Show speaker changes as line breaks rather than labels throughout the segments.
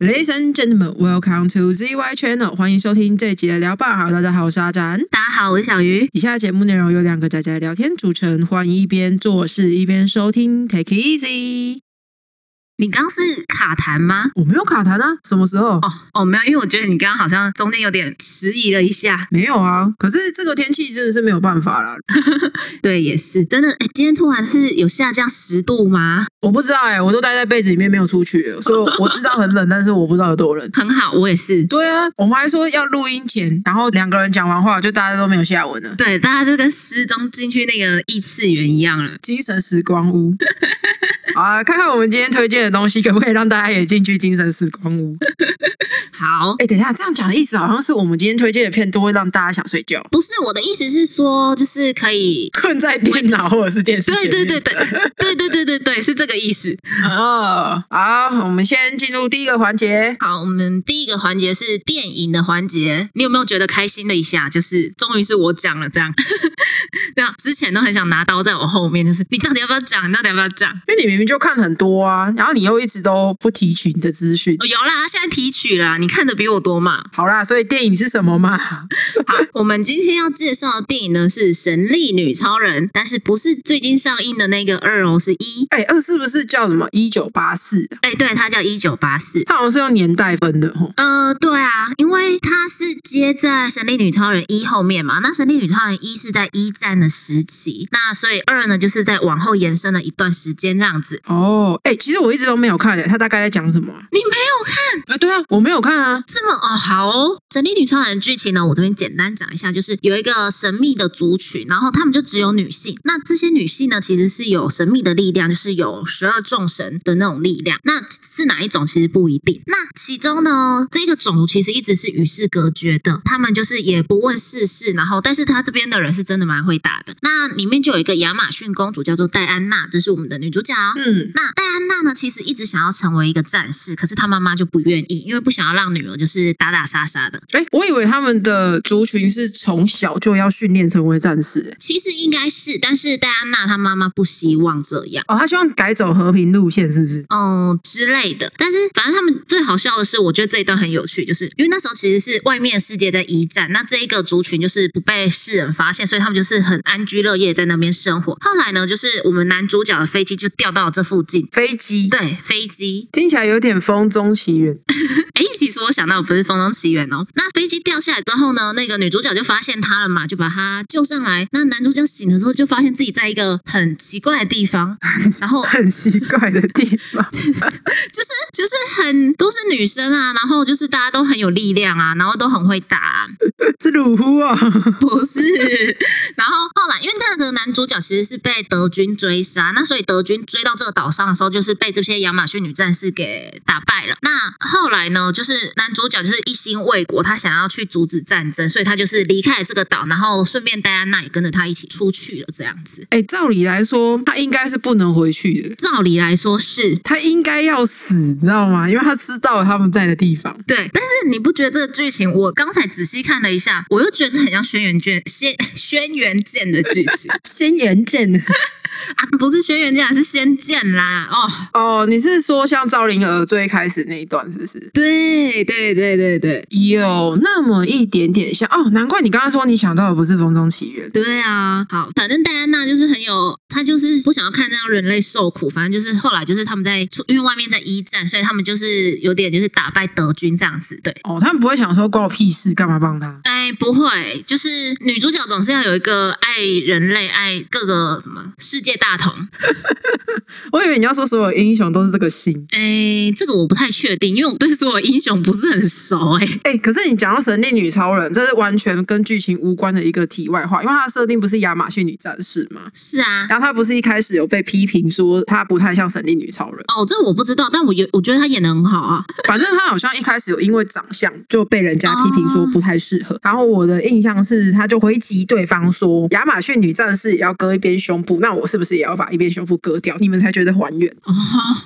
Ladies and gentlemen, welcome to ZY Channel，欢迎收听这一集的聊吧。好，大家好，我是阿展。
大家好，我是小鱼。
以下节目内容由两个仔仔聊天组成，欢迎一边做事一边收听，Take it easy。
你刚是卡痰吗？
我没有卡痰啊，什么时候？
哦哦，没有，因为我觉得你刚刚好像中间有点迟疑了一下。
没有啊，可是这个天气真的是没有办法啦。
对，也是真的。哎，今天突然是有下降十度吗？
我不知道哎、我都待在被子里面没有出去，所以我我知道很冷，但是我不知道有多冷。
很好，我也是。
对啊，我们还说要录音前，然后两个人讲完话，就大家都没有下文了。
对，大家就跟失踪进去那个异次元一样了。
精神时光屋。好啊，看看我们今天推荐的东西，可不可以让大家也进去精神时光屋？
好，
哎，等一下，这样讲的意思好像是我们今天推荐的片都会让大家想睡觉，
不是我的意思是说，就是可以。
困在电脑或者是电视前
对
面。
对对 对对对对对对，是这个意思。
哦，好，我们先进入第一个环节。
好，我们第一个环节是电影的环节。你有没有觉得开心的一下？就是终于是我讲了，这样。 对啊，之前都很想拿刀在我后面，就是你到底要不要讲？你到底要不要讲？哦
因为你明明就看很多啊，然后你又一直都不提取你的资讯。
哦，有啦，现在提取啦，你看的比我多嘛。
好啦，所以电影是什么嘛？
好，我们今天要介绍的电影呢是《神力女超人》，但是不是最近上映的那个二哦，是一。
哎，二是不是叫什么一九八四？
哎，对，它叫《一九八四》。
它好像是用年代分的吼。
呃，对啊，因为它是接在《神力女超人一》后面嘛，那《神力女超人一》是在一战的时期，那所以二呢就是在往后延伸了一段时间这样子。
哦，哎，其实我一直都没有看诶，它大概在讲什么啊？
你没有看
啊，对啊，我没有看啊。
这么哦，好哦，《神力女超人》的剧情呢，我这边简单讲一下，就是有一个神秘的族群，然后他们就只有女性，那这些女性呢其实是有神秘的力量，就是有十二众神的那种力量，那是哪一种其实不一定。那其中呢，这个种族其实一直是与世隔绝的，他们就是也不问世事，然后但是他这边的人是真的蛮会打的。那里面就有一个亚马逊公主叫做戴安娜，这是我们的女主角。
嗯，
那戴安娜呢，其实一直想要成为一个战士，可是她妈妈就不愿意，因为不想要让女儿就是打打杀杀的。
哎，我以为他们的族群是从小就要训练成为战士欸诶。
其实应该是，但是戴安娜她妈妈不希望这样。
哦，他希望改走和平路线，是不是？
嗯之类的。但是反正他们最好笑的是，我觉得这一段很有趣，就是因为那时候其实是外面世界在一战，那这一个族群就是不被世人发现，所以他们就是很安居乐业在那边生活。后来呢，就是我们男主角的飞机就掉到了这附近。
飞机，
对，飞机。
听起来有点《风中奇缘》。
哎，其实我想到的不是《风中奇缘》哦。那飞机掉下来之后呢，那个女主角就发现他了嘛，就把他救上来。那男主角醒了之后，就发现自己在一个很奇怪的地方， 然后
很奇怪的地方。
就是就是很都是女生啊，然后就是大家都很有力量啊，然后都很会打啊、
这鲁夫啊，
不是。然后后来，因为那个男主角其实是被德军追杀，那所以德军追到这个岛上的时候，就是被这些亚马逊女战士给打败了。那后来呢，就是男主角就是一心为国，他想要去阻止战争，所以他就是离开了这个岛，然后顺便戴安娜也跟着他一起出去了，这样子。
哎、照理来说，他应该是不能回去的，
照理来说是
他应该要死，你知道吗？因为他知道了他们在的地方。
对，但是你不觉得这个剧情？我刚才仔细看了一下，我又觉得这很像轩辕剑、仙轩辕剑的剧情
仙人剑
啊，不是轩辕剑，是仙剑啦。哦，
哦，你是说像赵灵儿最开始那一段，是不是？
对对对对对
有那么一点点像哦，难怪你刚刚说你想到的不是《风中奇缘》。
对啊！好，反正戴安娜就是很有，她就是不想要看让人类受苦。反正就是后来就是他们在出，因为外面在一战，所以他们就是有点就是打败德军这样子。对，
哦，他们不会想说关我屁事，干嘛帮他？
哎，不会，就是女主角总是要有一个爱人类、爱各个什么世界大同。
我以为你要说所有英雄都是这个心。
哎，这个我不太确定，因为我对所有英雄不是很熟哎。
哎、可是你讲到神力女超人，这是完全跟剧情无关的一个题外话，因为它的设定不是亚马逊女战士吗？
是啊，
然后她不是一开始有被批评说她不太像神力女超人，
哦，这我不知道，但我觉我觉得他演的很好啊。
反正她好像一开始有因为长相就被人家批评说不太适合。然后我的印象是，她就回击对方说亚马逊女战士也要割一边胸部，那我是不是也要把一边胸部割掉，你们才觉得还原？
哦，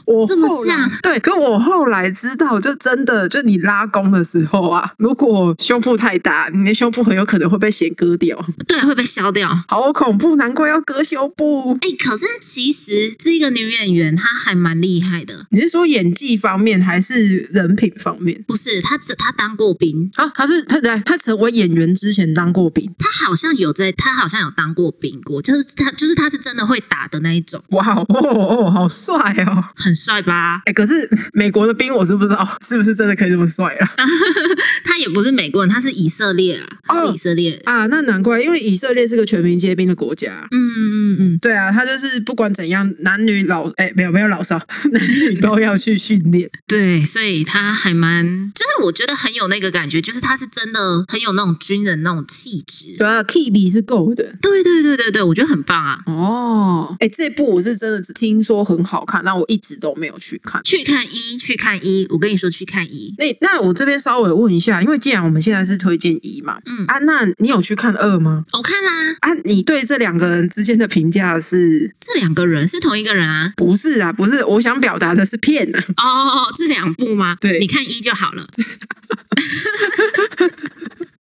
我
这么
后来
呛
对，可我后来知道，就真的就你拉弓的时候啊，如果胸部太大，你的胸部很有可能会被斜割掉，
对，会被削掉。
好恐怖，难怪要割胸部。
哎、可是其实这个女演员她还蛮厉害的，
你是说演技方面还是人品方面？
不是她只她当过兵，
啊，他是他在他成为演员之前当过兵，
她好像有在，她好像有当过兵过，就是她就是她是真的会打的那一种，
哇哦哦，好帅哦！
很帅吧？
哎、可是美国的兵我是不知道 是不是真的可以这么帅啊了
她也不是美国人，她是以色列啊，她是以色列。
啊？那难怪，因为以色列是个全民皆兵的国家。
嗯嗯嗯，
对啊，他就是不管怎样，男女老哎、没有没有老少， 男女都要去训练。
对，所以她还蛮，就是我觉得很有那个感觉，就是她是真的很有那种军人那种气质。
对啊，key 比是够的。
对对对对对，我觉得很棒啊！
哦，哎、这部我是真的只听说很好看，但我一直都没有去看。
去看一，去看一，我跟你说，去看一。
那那我这边稍微问一下，因为既然我们现在是推荐一嘛，
嗯
啊，那你有去看二吗？
我、看啦、
啊，你对这两个人之间的评价是
这两个人是同一个人啊？
不是啊？不是，我想表达的是骗啊。
哦哦哦，这两部吗？
对
你看一就好了。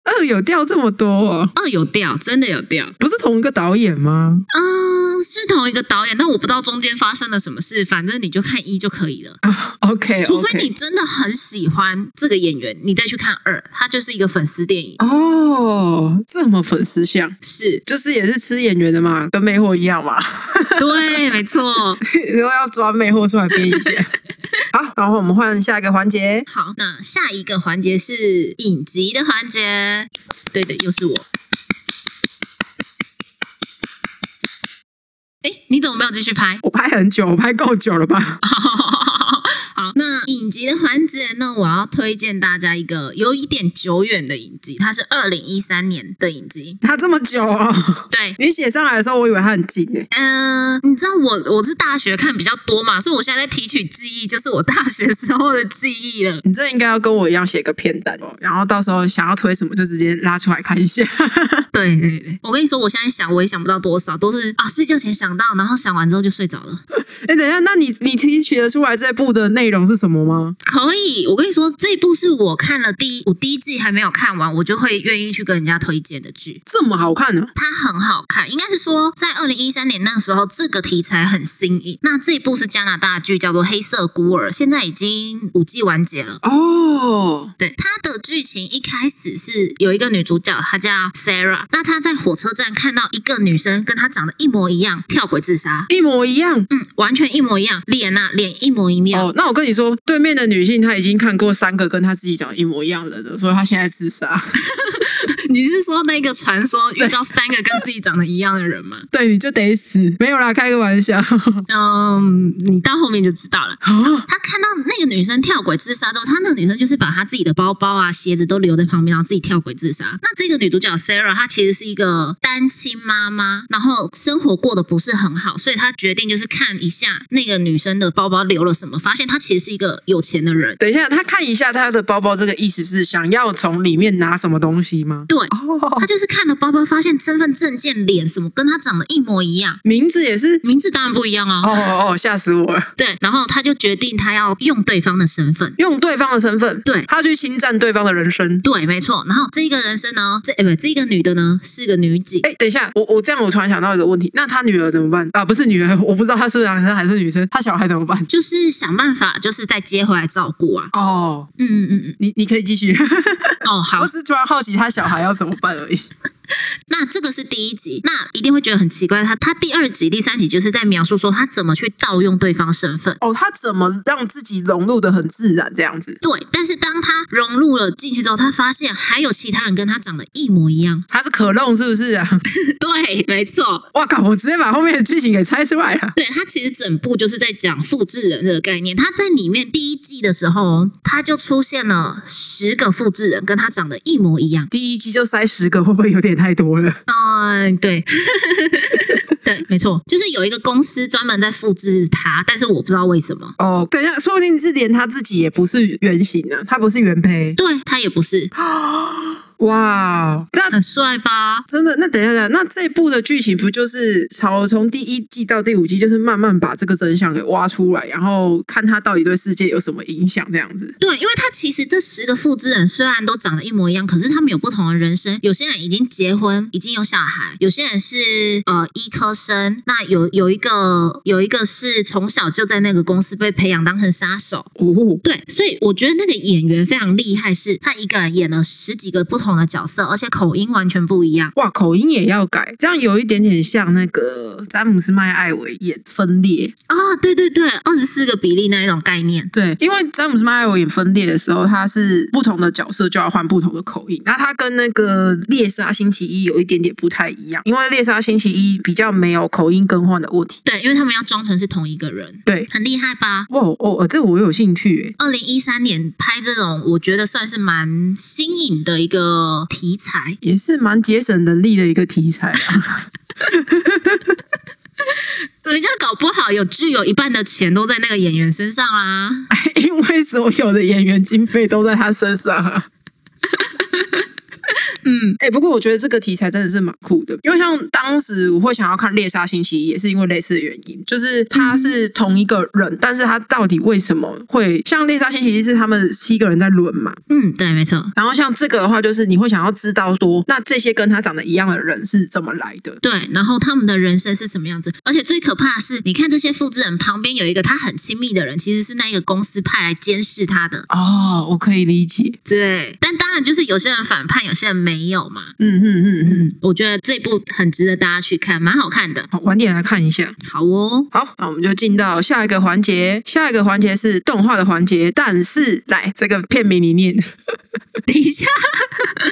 二有掉这么多、哦，
二有掉，真的有掉。
不是同一个导演吗？
嗯，是同一个导演，但我不知道中间发生了什么事。反正你就看一就可以了，
啊，OK，
除非你真的很喜欢这个演员，你再去看二，它就是一个粉丝电影。
哦，这么粉丝像，
是
就是也是吃演员的嘛，跟魅惑一样嘛，
对，没错。
都要抓魅惑出来编一下。啊 好，然后我们换下一个环节。
好，那下一个环节是影集的环节。对的，又是我。哎，你怎么没有继续拍？
我拍很久，我拍够久了吧？
好，那影集的环节呢，我要推荐大家一个有一点久远的影集，它是二零一三年的影集。
他这么久哦，
对，
你写上来的时候，我以为他很近诶。
嗯、你知道我我是大学看比较多嘛，所以我现在在提取记忆，就是我大学时候的记忆了。
你这应该要跟我一样写个片单哦，然后到时候想要推什么就直接拉出来看一下。
对对对，我跟你说，我现在想我也想不到多少，都是啊睡觉前想到，然后想完之后就睡着了。
哎，等一下，那你你提取得出来这部的内容是什么吗？
可以，我跟你说，这一部是我看了第一，我第一季还没有看完，我就会愿意去跟人家推荐的剧。
这么好看呢、啊
它很好看，应该是说在二零一三年那时候，这个题材很新颖。那这一部是加拿大剧，叫做《黑色孤儿》，现在已经五季完结了。
哦，
对它的剧情一开始是有一个女主角，她叫 Sarah，那她在火车站看到一个女生跟她长得一模一样，跳轨自杀，
一模一样。
嗯，完全一模一样，脸呐、脸一模一样。
哦，那我跟你说，对面的女性她已经看过三个跟她自己长得一模一样的人了，所以她现在自杀。
你是说那个传说遇到三个跟自己长得一样的人吗？
对，你就得死。没有啦，开个玩笑。哦
嗯，你到后面就知道了。他看到那个女生跳轨自杀之后，他那个女生就是把她自己的包包啊、鞋子都留在旁边，然后自己跳轨自杀。那这个女主角 Sarah，她其实是一个单亲妈妈，然后生活过得不是很好，所以她决定就是看一下那个女生的包包留了什么，发现她其实是一个有钱的人。
等一下，她看一下她的包包，这个意思是想要从里面拿什么东西吗？
对，
哦，
她就是看了包包，发现身份证件、脸什么跟她长得一模一样，
名字也是。
名字当然不一样哦。
哦哦哦，吓死我了！
对，然后她就决定她要用对方的身份。
用对方的身份，
对
她去侵占对方的人生。
对，没错。然后这个人生呢，这诶哎不，这个女的呢是个女警，
哎，等一下，我我这样我突然想到一个问题，那她女儿怎么办啊？不是女儿，我不知道她是男生还是女生，她小孩怎么办？
就是想办法，就是再接回来照顾啊。
哦，
嗯嗯嗯
你你可以继续，
嗯，哦好
我，只是突然好奇她小孩要怎么办而已。
那这个是第一集，那一定会觉得很奇怪。他他第二集、第三集就是在描述说他怎么去盗用对方身份。
哦，她怎么让自己融入的很自然这样子？
对，但是当他融入了进去之后，他发现还有其他人跟他长得一模一 样。
她是可弄是不是啊？
对，没错，
哇靠！我直接把后面的剧情给猜出来了。
对他其实整部就是在讲复制人的概念。他在里面第一季的时候，他就出现了十个复制人，跟他长得一模一样。
第一季就塞十个，会不会有点太多了？
嗯，对， 对，没错，就是有一个公司专门在复制它，但是我不知道为什么。
哦，等一下，说不定是连他自己也不是原型呢、啊，他不是原配。
对他也不是，
哇，那
很帅吧？
真的，那等一下，等一下，那这部的剧情不就是从从第一季到第五季，就是慢慢把这个真相给挖出来，然后看它到底对世界有什么影响，这样子。
对，因为他其实这十个复制人虽然都长得一模一样，可是他们有不同的人生。有些人已经结婚，已经有小孩；有些人是呃医科生，那有有一个有一个是从小就在那个公司被培养当成杀手。
哦，
对，所以我觉得那个演员非常厉害是，他一个人演了十几个不同的角色，而且口音完全不一样。
哇，口音也要改，这样有一点点像那个詹姆斯麦艾维演分裂。
啊，对对对，二十四个比例那一种概念。
对，因为詹姆斯麦艾维演分裂的时候，他是不同的角色就要换不同的口音。那他跟那个猎杀星期一有一点点不太一样，因为猎杀星期一比较没有口音更换的问题。
对，因为他们要装成是同一个人，
对，
很厉害吧？
哦哦，这我有兴趣诶。
二零一三年拍这种，我觉得算是蛮新颖的一个题材。
也是蛮节省能力的一个题材啊。
人家搞不好有剧有一半的钱都在那个演员身上啦、
因为所有的演员经费都在他身上啊。 嗯，哎、不过我觉得这个题材真的是蛮酷的，因为像当时我会想要看《猎杀星期一》，也是因为类似的原因，就是他是同一个人，但是他到底为什么会像《猎杀星期一》是他们七个人在轮嘛？
嗯，对，没错，
然后像这个的话，就是你会想要知道说，那这些跟他长得一样的人是怎么来的？
对。然后他们的人生是什么样子？而且最可怕的是，你看这些复制人旁边有一个他很亲密的人，其实是那一个公司派来监视他的。
哦，我可以理解。
对，但当然就是有些人反叛，有些人没有嘛。
嗯嗯嗯嗯，
我觉得这部很值得大家去看，蛮好看的。
好，晚点来看一下。
好哦，
好，那我们就进到下一个环节。下一个环节是动画的环节，但是来这个片名你念，
等一下，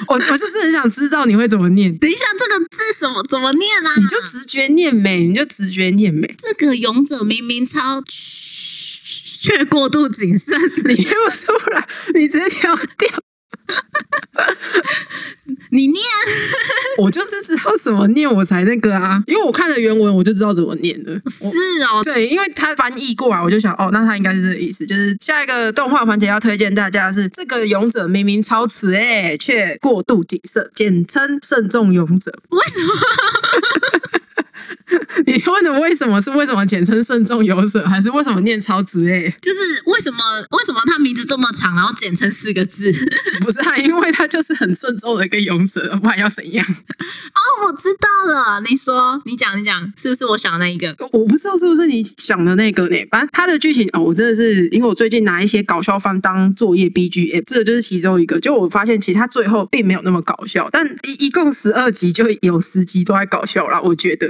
我我就是很想知道你会怎么念，
等一下，这个字什么怎么念啊？
你就直觉念美，你就直觉念美。
这个勇者明明超却过度谨慎，
你
你
念不出来，你直接跳掉。
你念啊
我就是知道怎么念，我才那个啊，因为我看了原文，我就知道怎么念的。我
是哦，
对，因为它翻译过来，我就想，哦，那它应该是这个意思。就是下一个动画环节要推荐大家的是这个勇者明明超慈哎、却过度谨慎，简称慎重勇者。
为什么？
你问的为什么是为什么简称慎重有者，还是为什么念超欸直诶？
就是为什么为什么他名字这么长，然后简称四个字？ 哦，
不是啊，因为他就是很慎重的一个勇者，不然要怎样？
我知道了，你说，你讲，你讲，是不是我想的那一个？
我不知道是不是你想的那个呢？反正他的剧情哦，我真的是因为我最近拿一些搞笑番当作业 BGM，这个就是其中一个。就我发现，其实他最后并没有那么搞笑，但一一共十二集就有十集都在搞笑啦，我觉得。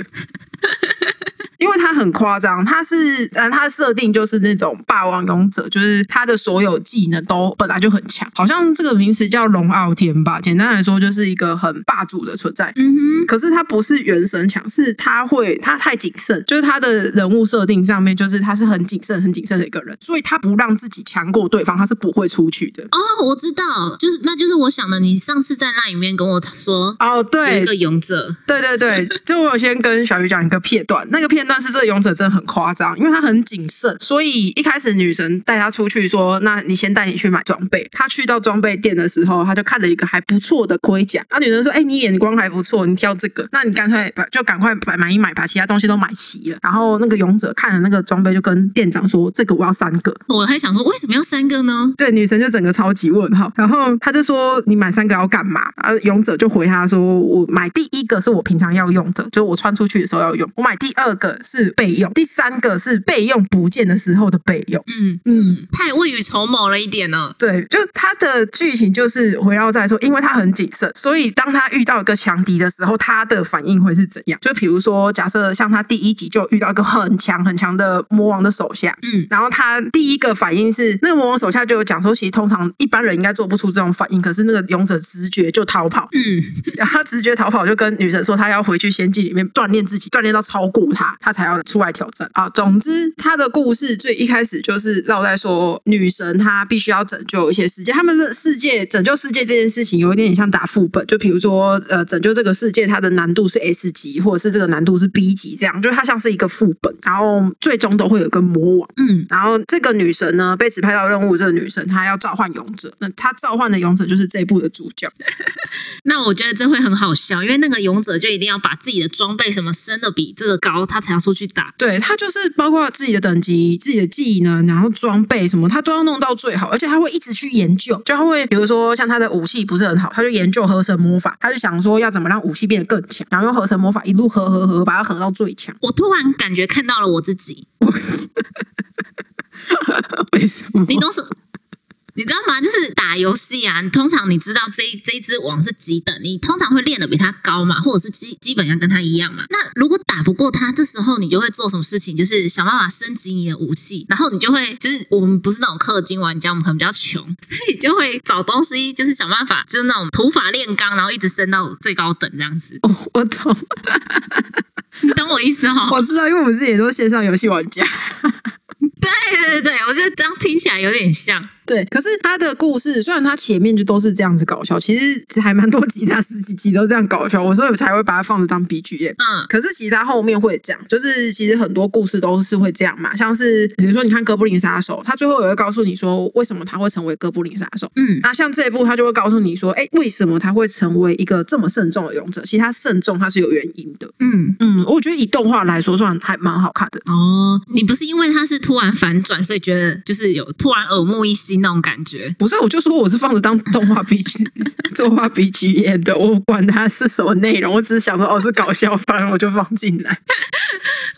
因为它很夸张，它是嗯，它的设定就是那种霸王勇者，就是他的所有技能都本来就很强，好像这个名词叫龙傲天吧。简单来说，就是一个很霸主的存在。
嗯哼，
可是他不是原神强，是他会他太谨慎，就是他的人物设定上面，就是他是很谨慎、很谨慎的一个人，所以他不让自己强过对方，他是不会出去的。
哦，我知道，就是那就是我想的，你上次在那里面跟我说。
哦，
有一
对
个勇者，
对对对，就我有先跟小鱼讲一个片段，那个片段是这个勇者真的很夸张，因为他很谨慎，所以一开始女神带他出去说：“那你先带你去买装备。”他去到装备店的时候，他就看了一个还不错的盔甲，那女神说：“哎、你眼光还不错，你挑这个，那你干脆把就赶快买买一买，把其他东西都买齐了。”然后那个勇者看了那个装备，就跟店长说：“这个我要三个。”
我还想说为什么要三个呢？
对，女神就整个超级问号，然后他就说你买三个要干嘛？啊，勇者就回他说，我买第一个是我平常要用的，就是我穿出去的时候要用；我买第二个是备用，第三个是备用不见的时候的备用。
嗯嗯，太未雨绸缪了一点呢。
对，就他的剧情就是围绕在说，因为他很谨慎，所以当他遇到一个强敌的时候，他的反应会是怎样？就比如说，假设像他第一集就遇到一个很强很强的魔王的手下，
嗯，
然后他第一个反应是，那个魔王手下就有讲说，其实通常一般人应该做不出这种反应，可是那个勇者直觉就逃跑，
嗯，
然后他直觉逃跑就跟女神说，他要回去仙境里面锻炼自己，锻炼到超过他，他才才要出来挑战啊。总之，他的故事最一开始就是绕在说女神她必须要拯救一些世界，他们的世界拯救世界这件事情有一点像打副本，就比如说呃，拯救这个世界它的难度是 S 级，或者是这个难度是 B 级，这样就是它像是一个副本，然后最终都会有一个魔王。
嗯，
然后这个女神呢，被指派到任务，这个女神她要召唤勇者，那她召唤的勇者就是这一部的主角。
那我觉得这会很好笑，因为那个勇者就一定要把自己的装备什么升的比这个高，他才要出去打。
对他就是包括自己的等级、自己的技能，然后装备什么，他都要弄到最好，而且他会一直去研究，就他会比如说像他的武器不是很好，他就研究合成魔法，他就想说要怎么让武器变得更强，然后用合成魔法一路合合合，把它合到最强。
我突然感觉看到了我自己，
为什么？
你懂什？你知道吗？就是打游戏啊，你通常你知道这一这一只王是几等，你通常会练的比他高嘛，或者是基基本要跟他一样嘛。那如果打不过他，这时候你就会做什么事情？就是想办法升级你的武器，然后你就会就是我们不是那种氪金玩家，我们可能比较穷， 所以就会找东西，就是想办法，就是那种土法炼钢，然后一直升到最高等这样子。
我懂，
你懂我意思哈、
我知道，因为我们自己也都是线上游戏玩家。
对对对对，我觉得这样听起来有点像。
对，可是他的故事虽然他前面就都是这样子搞笑，其实还蛮多集，他十几集都这样搞笑，我所以我才会把它放着当 BGM。
嗯，
可是其实它后面会这样，就是其实很多故事都是会这样嘛，像是比如说你看《哥布林杀手》，他最后也会告诉你说为什么他会成为哥布林杀手。
嗯
那像这一部，他就会告诉你说，哎，为什么他会成为一个这么慎重的勇者？其实他慎重，他是有原因的。
嗯，
嗯，我觉得以动画来说，算还蛮好看的。
哦，你不是因为它是突然反转，所以觉得就是有突然耳目一新那种感觉？
不是，我就说我是放着当动画 B G 动画 B G 演的，我管它是什么内容，我只是想说哦是搞笑番，我就放进来。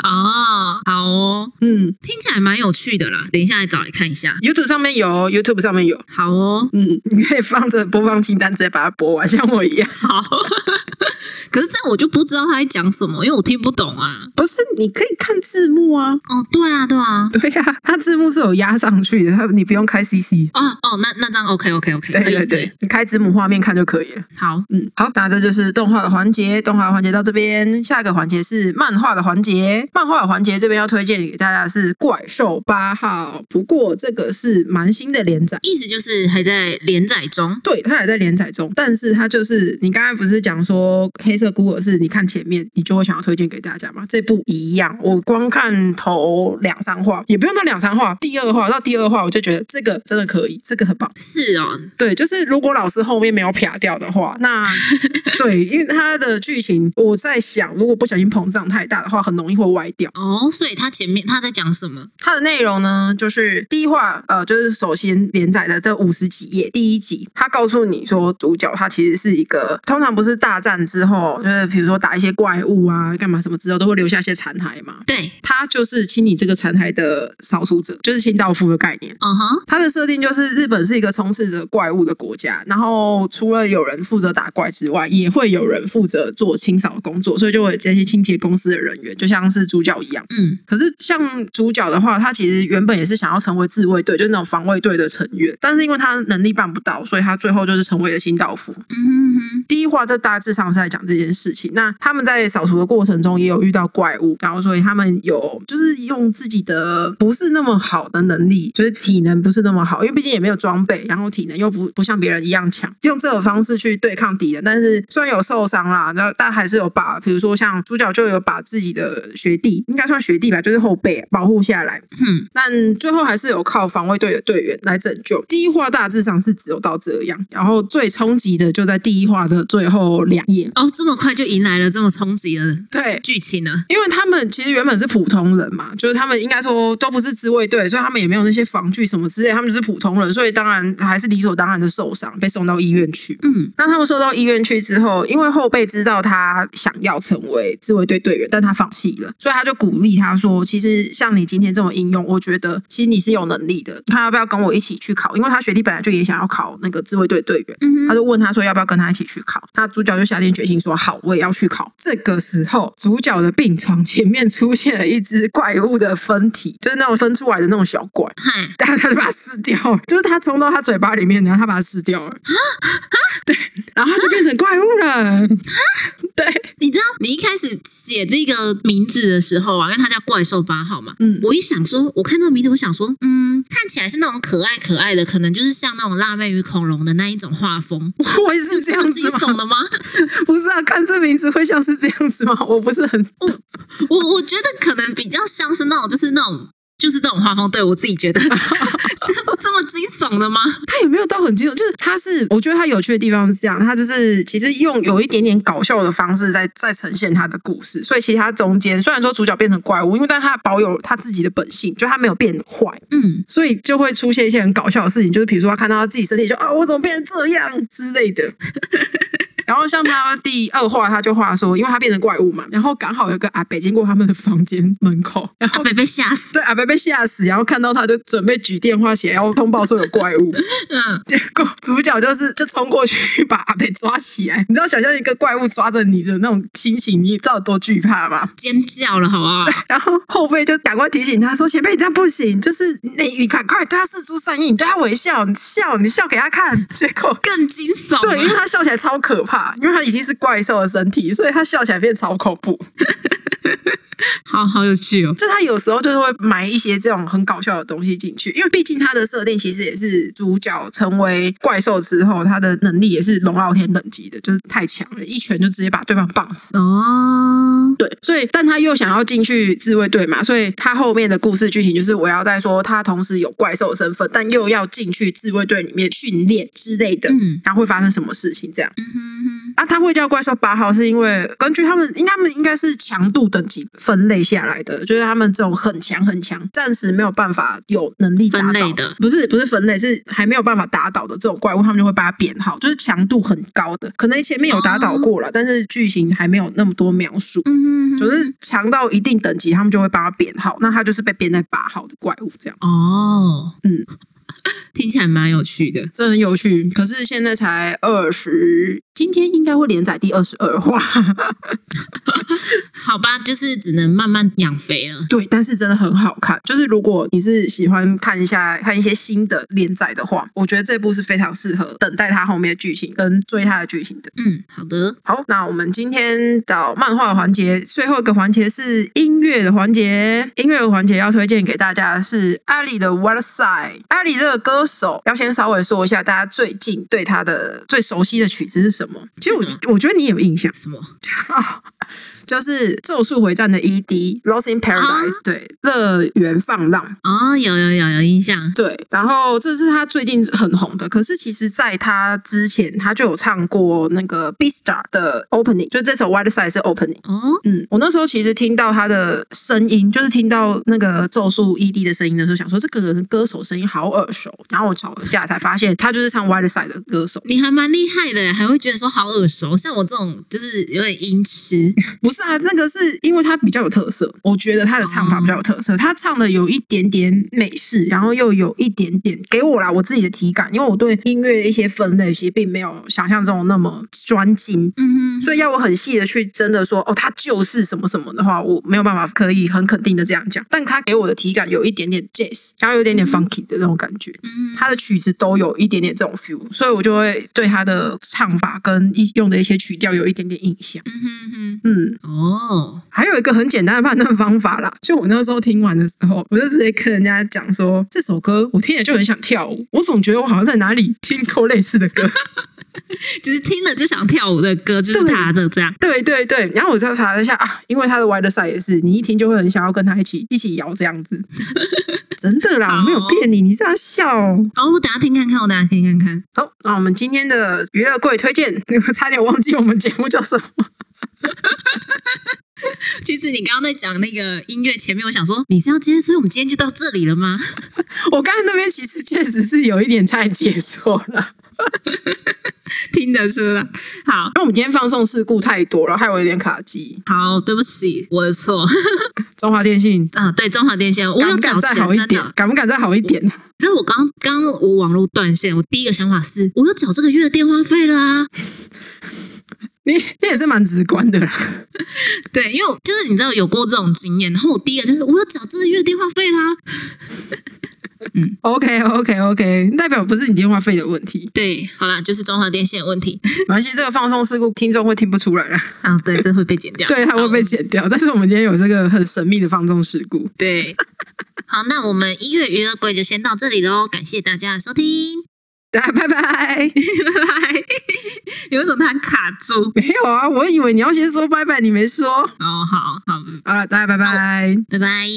哦，好哦，
嗯
听起来蛮有趣的啦，等一下来找来看一下。
，YouTube 上面有，YouTube 上面有，
好哦，
嗯，你可以放着播放清单直接把它播完，像我一样。
好。 可是这我就不知道他在讲什么，因为我听不懂啊。
不是，你可以看字幕啊。
哦，对啊，对啊。
对呀、啊，它字幕是有压上去的，它你不用开 CC。
哦哦，那那这样 OK OK OK，
对
可以
对
可以
对，你开字幕画面看就可以了。
好，
嗯，好，那这就是动画的环节，动画的环节到这边，下一个环节是漫画的环节。漫画的环节这边要推荐给大家的是《怪兽八号》，不过这个是蛮新的连载。
意思就是还在连载中。
对，它还在连载中，但是它就是你刚才不是讲说黑色孤儿是你看前面你就会想要推荐给大家吗？这部一样，我光看头两三话，也不用到两三话，第二话到第二话我就觉得这个真的可以，这个很棒。
是哦，
对，就是如果老师后面没有撇掉的话，那对，因为它的剧情我在想，如果不小心膨胀太大的话，很容易会歪掉。
哦，所以他前面他在讲什么？
它的内容呢，就是第一话，呃，就是首先连载的这五十几页，第一集，它告诉你说主角他其实是一个，通常不是大战之后，就是比如说打一些怪物啊，干嘛什么之后都会留下一些残骸嘛，
对，
他就是清理这个残骸的少数者，就是清道夫的概念。
嗯哼，
它的设定就是日本是一个充斥着怪物的国家，然后除了有人负责打怪之外，也会有人负责做清扫工作，所以就会有这些清洁公司的人员，就像是主角一样。
嗯，
可是像主角的话，他其实原本也是想要成为自卫队，就是那种防卫队的成员，但是因为他能力办不到，所以他最后就是成为了清道夫。
嗯哼哼，
第一话这大致上是在讲这件事情。那他们在扫除的过程中也有遇到怪物，然后所以他们有就是用自己的不是那么好的能力，就是体能不是那么好，因为毕竟也没有装备，然后体能又不不像别人一样强，用这种方式去对抗敌人。但是虽然有受伤啦，那但还是有把，比如说像主角就有把自己的学弟，应该算学弟吧，就是后辈保护下来。
嗯，
但最后还是有靠防卫队的队员来拯救。第一话大致上是只有到这样，然后最冲击的就在第一话的最后两页。
哦，这么快就迎来了这么冲击的
对，
剧情呢？
因为他们其实原本是普通人嘛，就是他们应该说都不是自卫队，所以他们也没有那些防具什么之类，他们就是普通人，所以当然还是理所当然的受伤，被送到医院去。
嗯，
那他们送到医院去之后，因为后辈知道他想要成为自卫队队员，但他放弃了，所以他就鼓励他说：“其实像你今天这么应用，我觉得其实你是有能力的。看要不要跟我一起去考？因为他学弟本来就也想要考那个自卫队队员，
嗯
他就问他说要不要跟他一起去考。那主角就下定决心说好，我也要去考。这个时候，主角的病床前面出现了一只怪物的分体，就是那种分出来的那种小怪，
嗨，
但他就把它吃掉了，就是他冲到他嘴巴里面，然后他把它吃掉了，对，然后他就变成怪物了，对。
你知道你一开始写这个名字的时候啊，因为它叫怪兽八号嘛，
嗯
我一想说，我看这个名字，我想说，嗯，看起来是那种可爱可爱的，可能就是像那种辣妹与恐龙的那一种画风，
我也是这
这么
样
惊
子吗？
悚的吗？
不是啊，看这名字会像是这样子吗？我不是很
我我觉得可能比较像是那种，就是那种，就是这种画风，对我自己觉得这这么惊悚的吗？
他也没有到很激动，就是他是，我觉得他有趣的地方是这样，他就是其实用有一点点搞笑的方式在在呈现他的故事，所以其实他中间虽然说主角变成怪物，因为但他保有他自己的本性，就他没有变坏，
嗯，
所以就会出现一些很搞笑的事情，就是比如说他看到他自己身体就啊我怎么变成这样之类的。 然后像他第二话，他就话说，因为他变成怪物嘛，然后刚好有个阿北经过他们的房间门口，然后
阿北啊被吓死，
对阿北被吓死，然后看到他就准备举电话起来要通报说有怪物，
嗯，
结果主角就是就冲过去把阿北抓起来，你知道想象一个怪物抓着你的那种心情，你知道有多惧怕吗？
尖叫了，好不好？
然后后辈就赶快提醒他说：“前辈，你这样不行，就是你你赶快对他示出善意，你对他微笑，你笑，你笑给他看。”结果。
更惊悚
对，因为
了，
他笑起来超可怕，因为他已经是怪兽的身体，所以他笑起来变超恐怖。
好好有趣哦。
就他有时候就是会埋一些这种很搞笑的东西进去，因为毕竟他的设定其实也是主角成为怪兽之后，他的能力也是龙傲天等级的，就是太强了，一拳就直接把对方棒死。
哦，
对，所以但他又想要进去自卫队嘛，所以他后面的故事剧情就是我要再说他同时有怪兽身份，但又要进去自卫队里面训练之类的，
嗯
然后会发生什么事情这样。
嗯哼哼，
啊，他会叫怪兽八号，是因为根据他们，应该他们应该是强度等级分类下来的，就是他们这种很强很强，暂时没有办法有能力打
分
倒
类的
不是不是分类，是还没有办法打倒的这种怪物，他们就会把它编号，就是强度很高的，可能前面有打倒过了，但是剧情还没有那么多描述。
嗯哼哼，
就是强到一定等级，他们就会帮他编号，那他就是被编在八号的怪物这样。
哦，
嗯，
听起来蛮有趣的。
这很有趣，可是现在才二十，今天应该会连载第二十二话。
好吧，就是只能慢慢养肥了。
对，但是真的很好看。就是如果你是喜欢看一下看一些新的连载的话，我觉得这部是非常适合等待它后面的剧情跟追它的剧情的。
嗯，好的，
好，那我们今天到漫画环节，最后一个环节是音乐的环节。音乐的环节要推荐给大家的是艾莉的《Wild Side》。艾莉这个歌手，要先稍微说一下大家最近对她的最熟悉的曲子是什么？其实
是什么
我我觉得你有印象。
什么？
就是《咒术回战》的 ED《Lost in Paradise》对，
啊
乐园放浪
哦，有有有有印象。
对，然后这是他最近很红的，可是其实在他之前，他就有唱过那个 B Star 的 Opening，就这首《White Side》是 Opening。
哦，
嗯，我那时候其实听到他的声音，就是听到那个咒术 ED 的声音的时候，想说这个人歌手声音好耳熟，然后我找一下才发现他就是唱《White Side》的歌手。
你还蛮厉害的，还会觉得说好耳熟。像我这种就是有点音 痴，
不是啊，那个是因为他比较有特色，我觉得他的唱法比较有特
哦
色。他唱的有一点点美式，然后又有一点点给我啦我自己的体感，因为我对音乐的一些分类其实并没有想象中那么专精。
嗯哼，
所以要我很细的去真的说，哦，他就是什么什么的话，我没有办法可以很肯定的这样讲。但他给我的体感有一点点 jazz，然后有一点点 funky 的那种感觉。
嗯，
他的曲子都有一点点这种 feel，所以我就会对他的唱法跟一用的一些曲调有一点点印象。
嗯哼哼，
嗯，
哦，
还有一个很简单的判断方法啦，就我那时候听完的时候，我就直接跟人家讲说，这首歌我听了就很想跳舞，我总觉得我好像在哪里听过类似的歌。
就是听了就想跳舞的歌，就是
对
他的这 样。
对对对，然后我再查了一下啊，因为他的 Wide Side 也是，你一听就会很想要跟他一起一起摇这样子。 真的啦，
好
我没有骗你，你这样笑哦。
好，我等下听看看，我等下听看看。
好，那我们今天的娱乐柜推荐， 我差点忘记我们节目叫什么。
其实你刚刚在讲那个音乐前面，我想说你是要今天，所以我们今天就到这里了吗？
我刚才那边其实确实是有一点太解错了。
听得出来。好
因为我们今天放送事故太多了，害我有点卡机。
好，对不起，我的错
中华电信
啊。对，中华电信，我
敢
有
不敢
找
再
钱，
好一
真
点
的？。
敢不敢再好一点？
只是我刚刚我网络断线，我第一个想法是，我要缴这个月的电话费了啊。
你你也是蛮直观的啦。
对，因为我就是你知道有过这种经验，然后我第一个就是我有缴这个月电话费啦，
OK OK OK，代表不是你电话费的问题，
对，好啦，就是中华电信的问题
没关系，这个放送事故听众会听不出来啦，
啊，对，这会被剪掉，
对，它会被剪掉。但是我们今天有这个很神秘的放纵事故，
对。好，那我们一月娱乐柜就先到这里喽，感谢大家的收听，
大家拜拜。
拜 拜。有一种它卡住，
没有啊，我以为你要先说拜拜，你没说
哦，好好，
啊，大家拜拜。
拜拜。